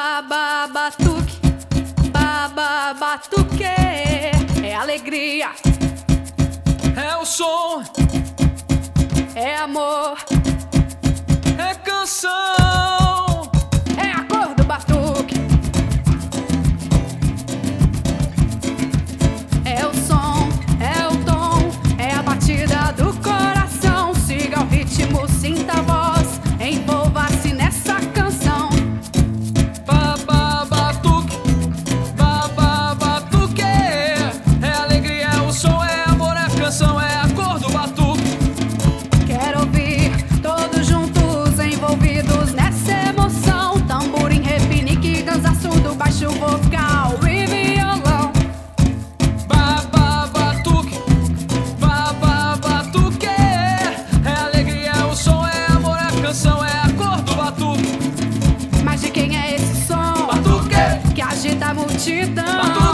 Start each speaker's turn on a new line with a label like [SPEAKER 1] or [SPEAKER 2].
[SPEAKER 1] Baba batuque, baba batuque, é alegria,
[SPEAKER 2] É o som,
[SPEAKER 1] é amor,
[SPEAKER 2] é canção.
[SPEAKER 1] é a cor do batuque. É o som, é o tom, é a batida do coração. Siga o ritmo, sinta a voz, envolva-se nessa canção.
[SPEAKER 2] Babá, batuque, babá, batuque. É alegria, é o som, é amor, é canção, é a cor do batuque.
[SPEAKER 1] Quero ouvir todos juntos envolvidos nessa emoção. Tamborim, repinique, dança surdo, baixo vocal e violão.
[SPEAKER 2] Babá, batuque, babá, batuque. É alegria, é o som, é amor, é canção, é a cor do batuque.
[SPEAKER 1] Mas de quem é esse som
[SPEAKER 2] Batuque,
[SPEAKER 1] que agita a multidão?
[SPEAKER 2] batuque,
[SPEAKER 1] É É É é
[SPEAKER 2] É É É É É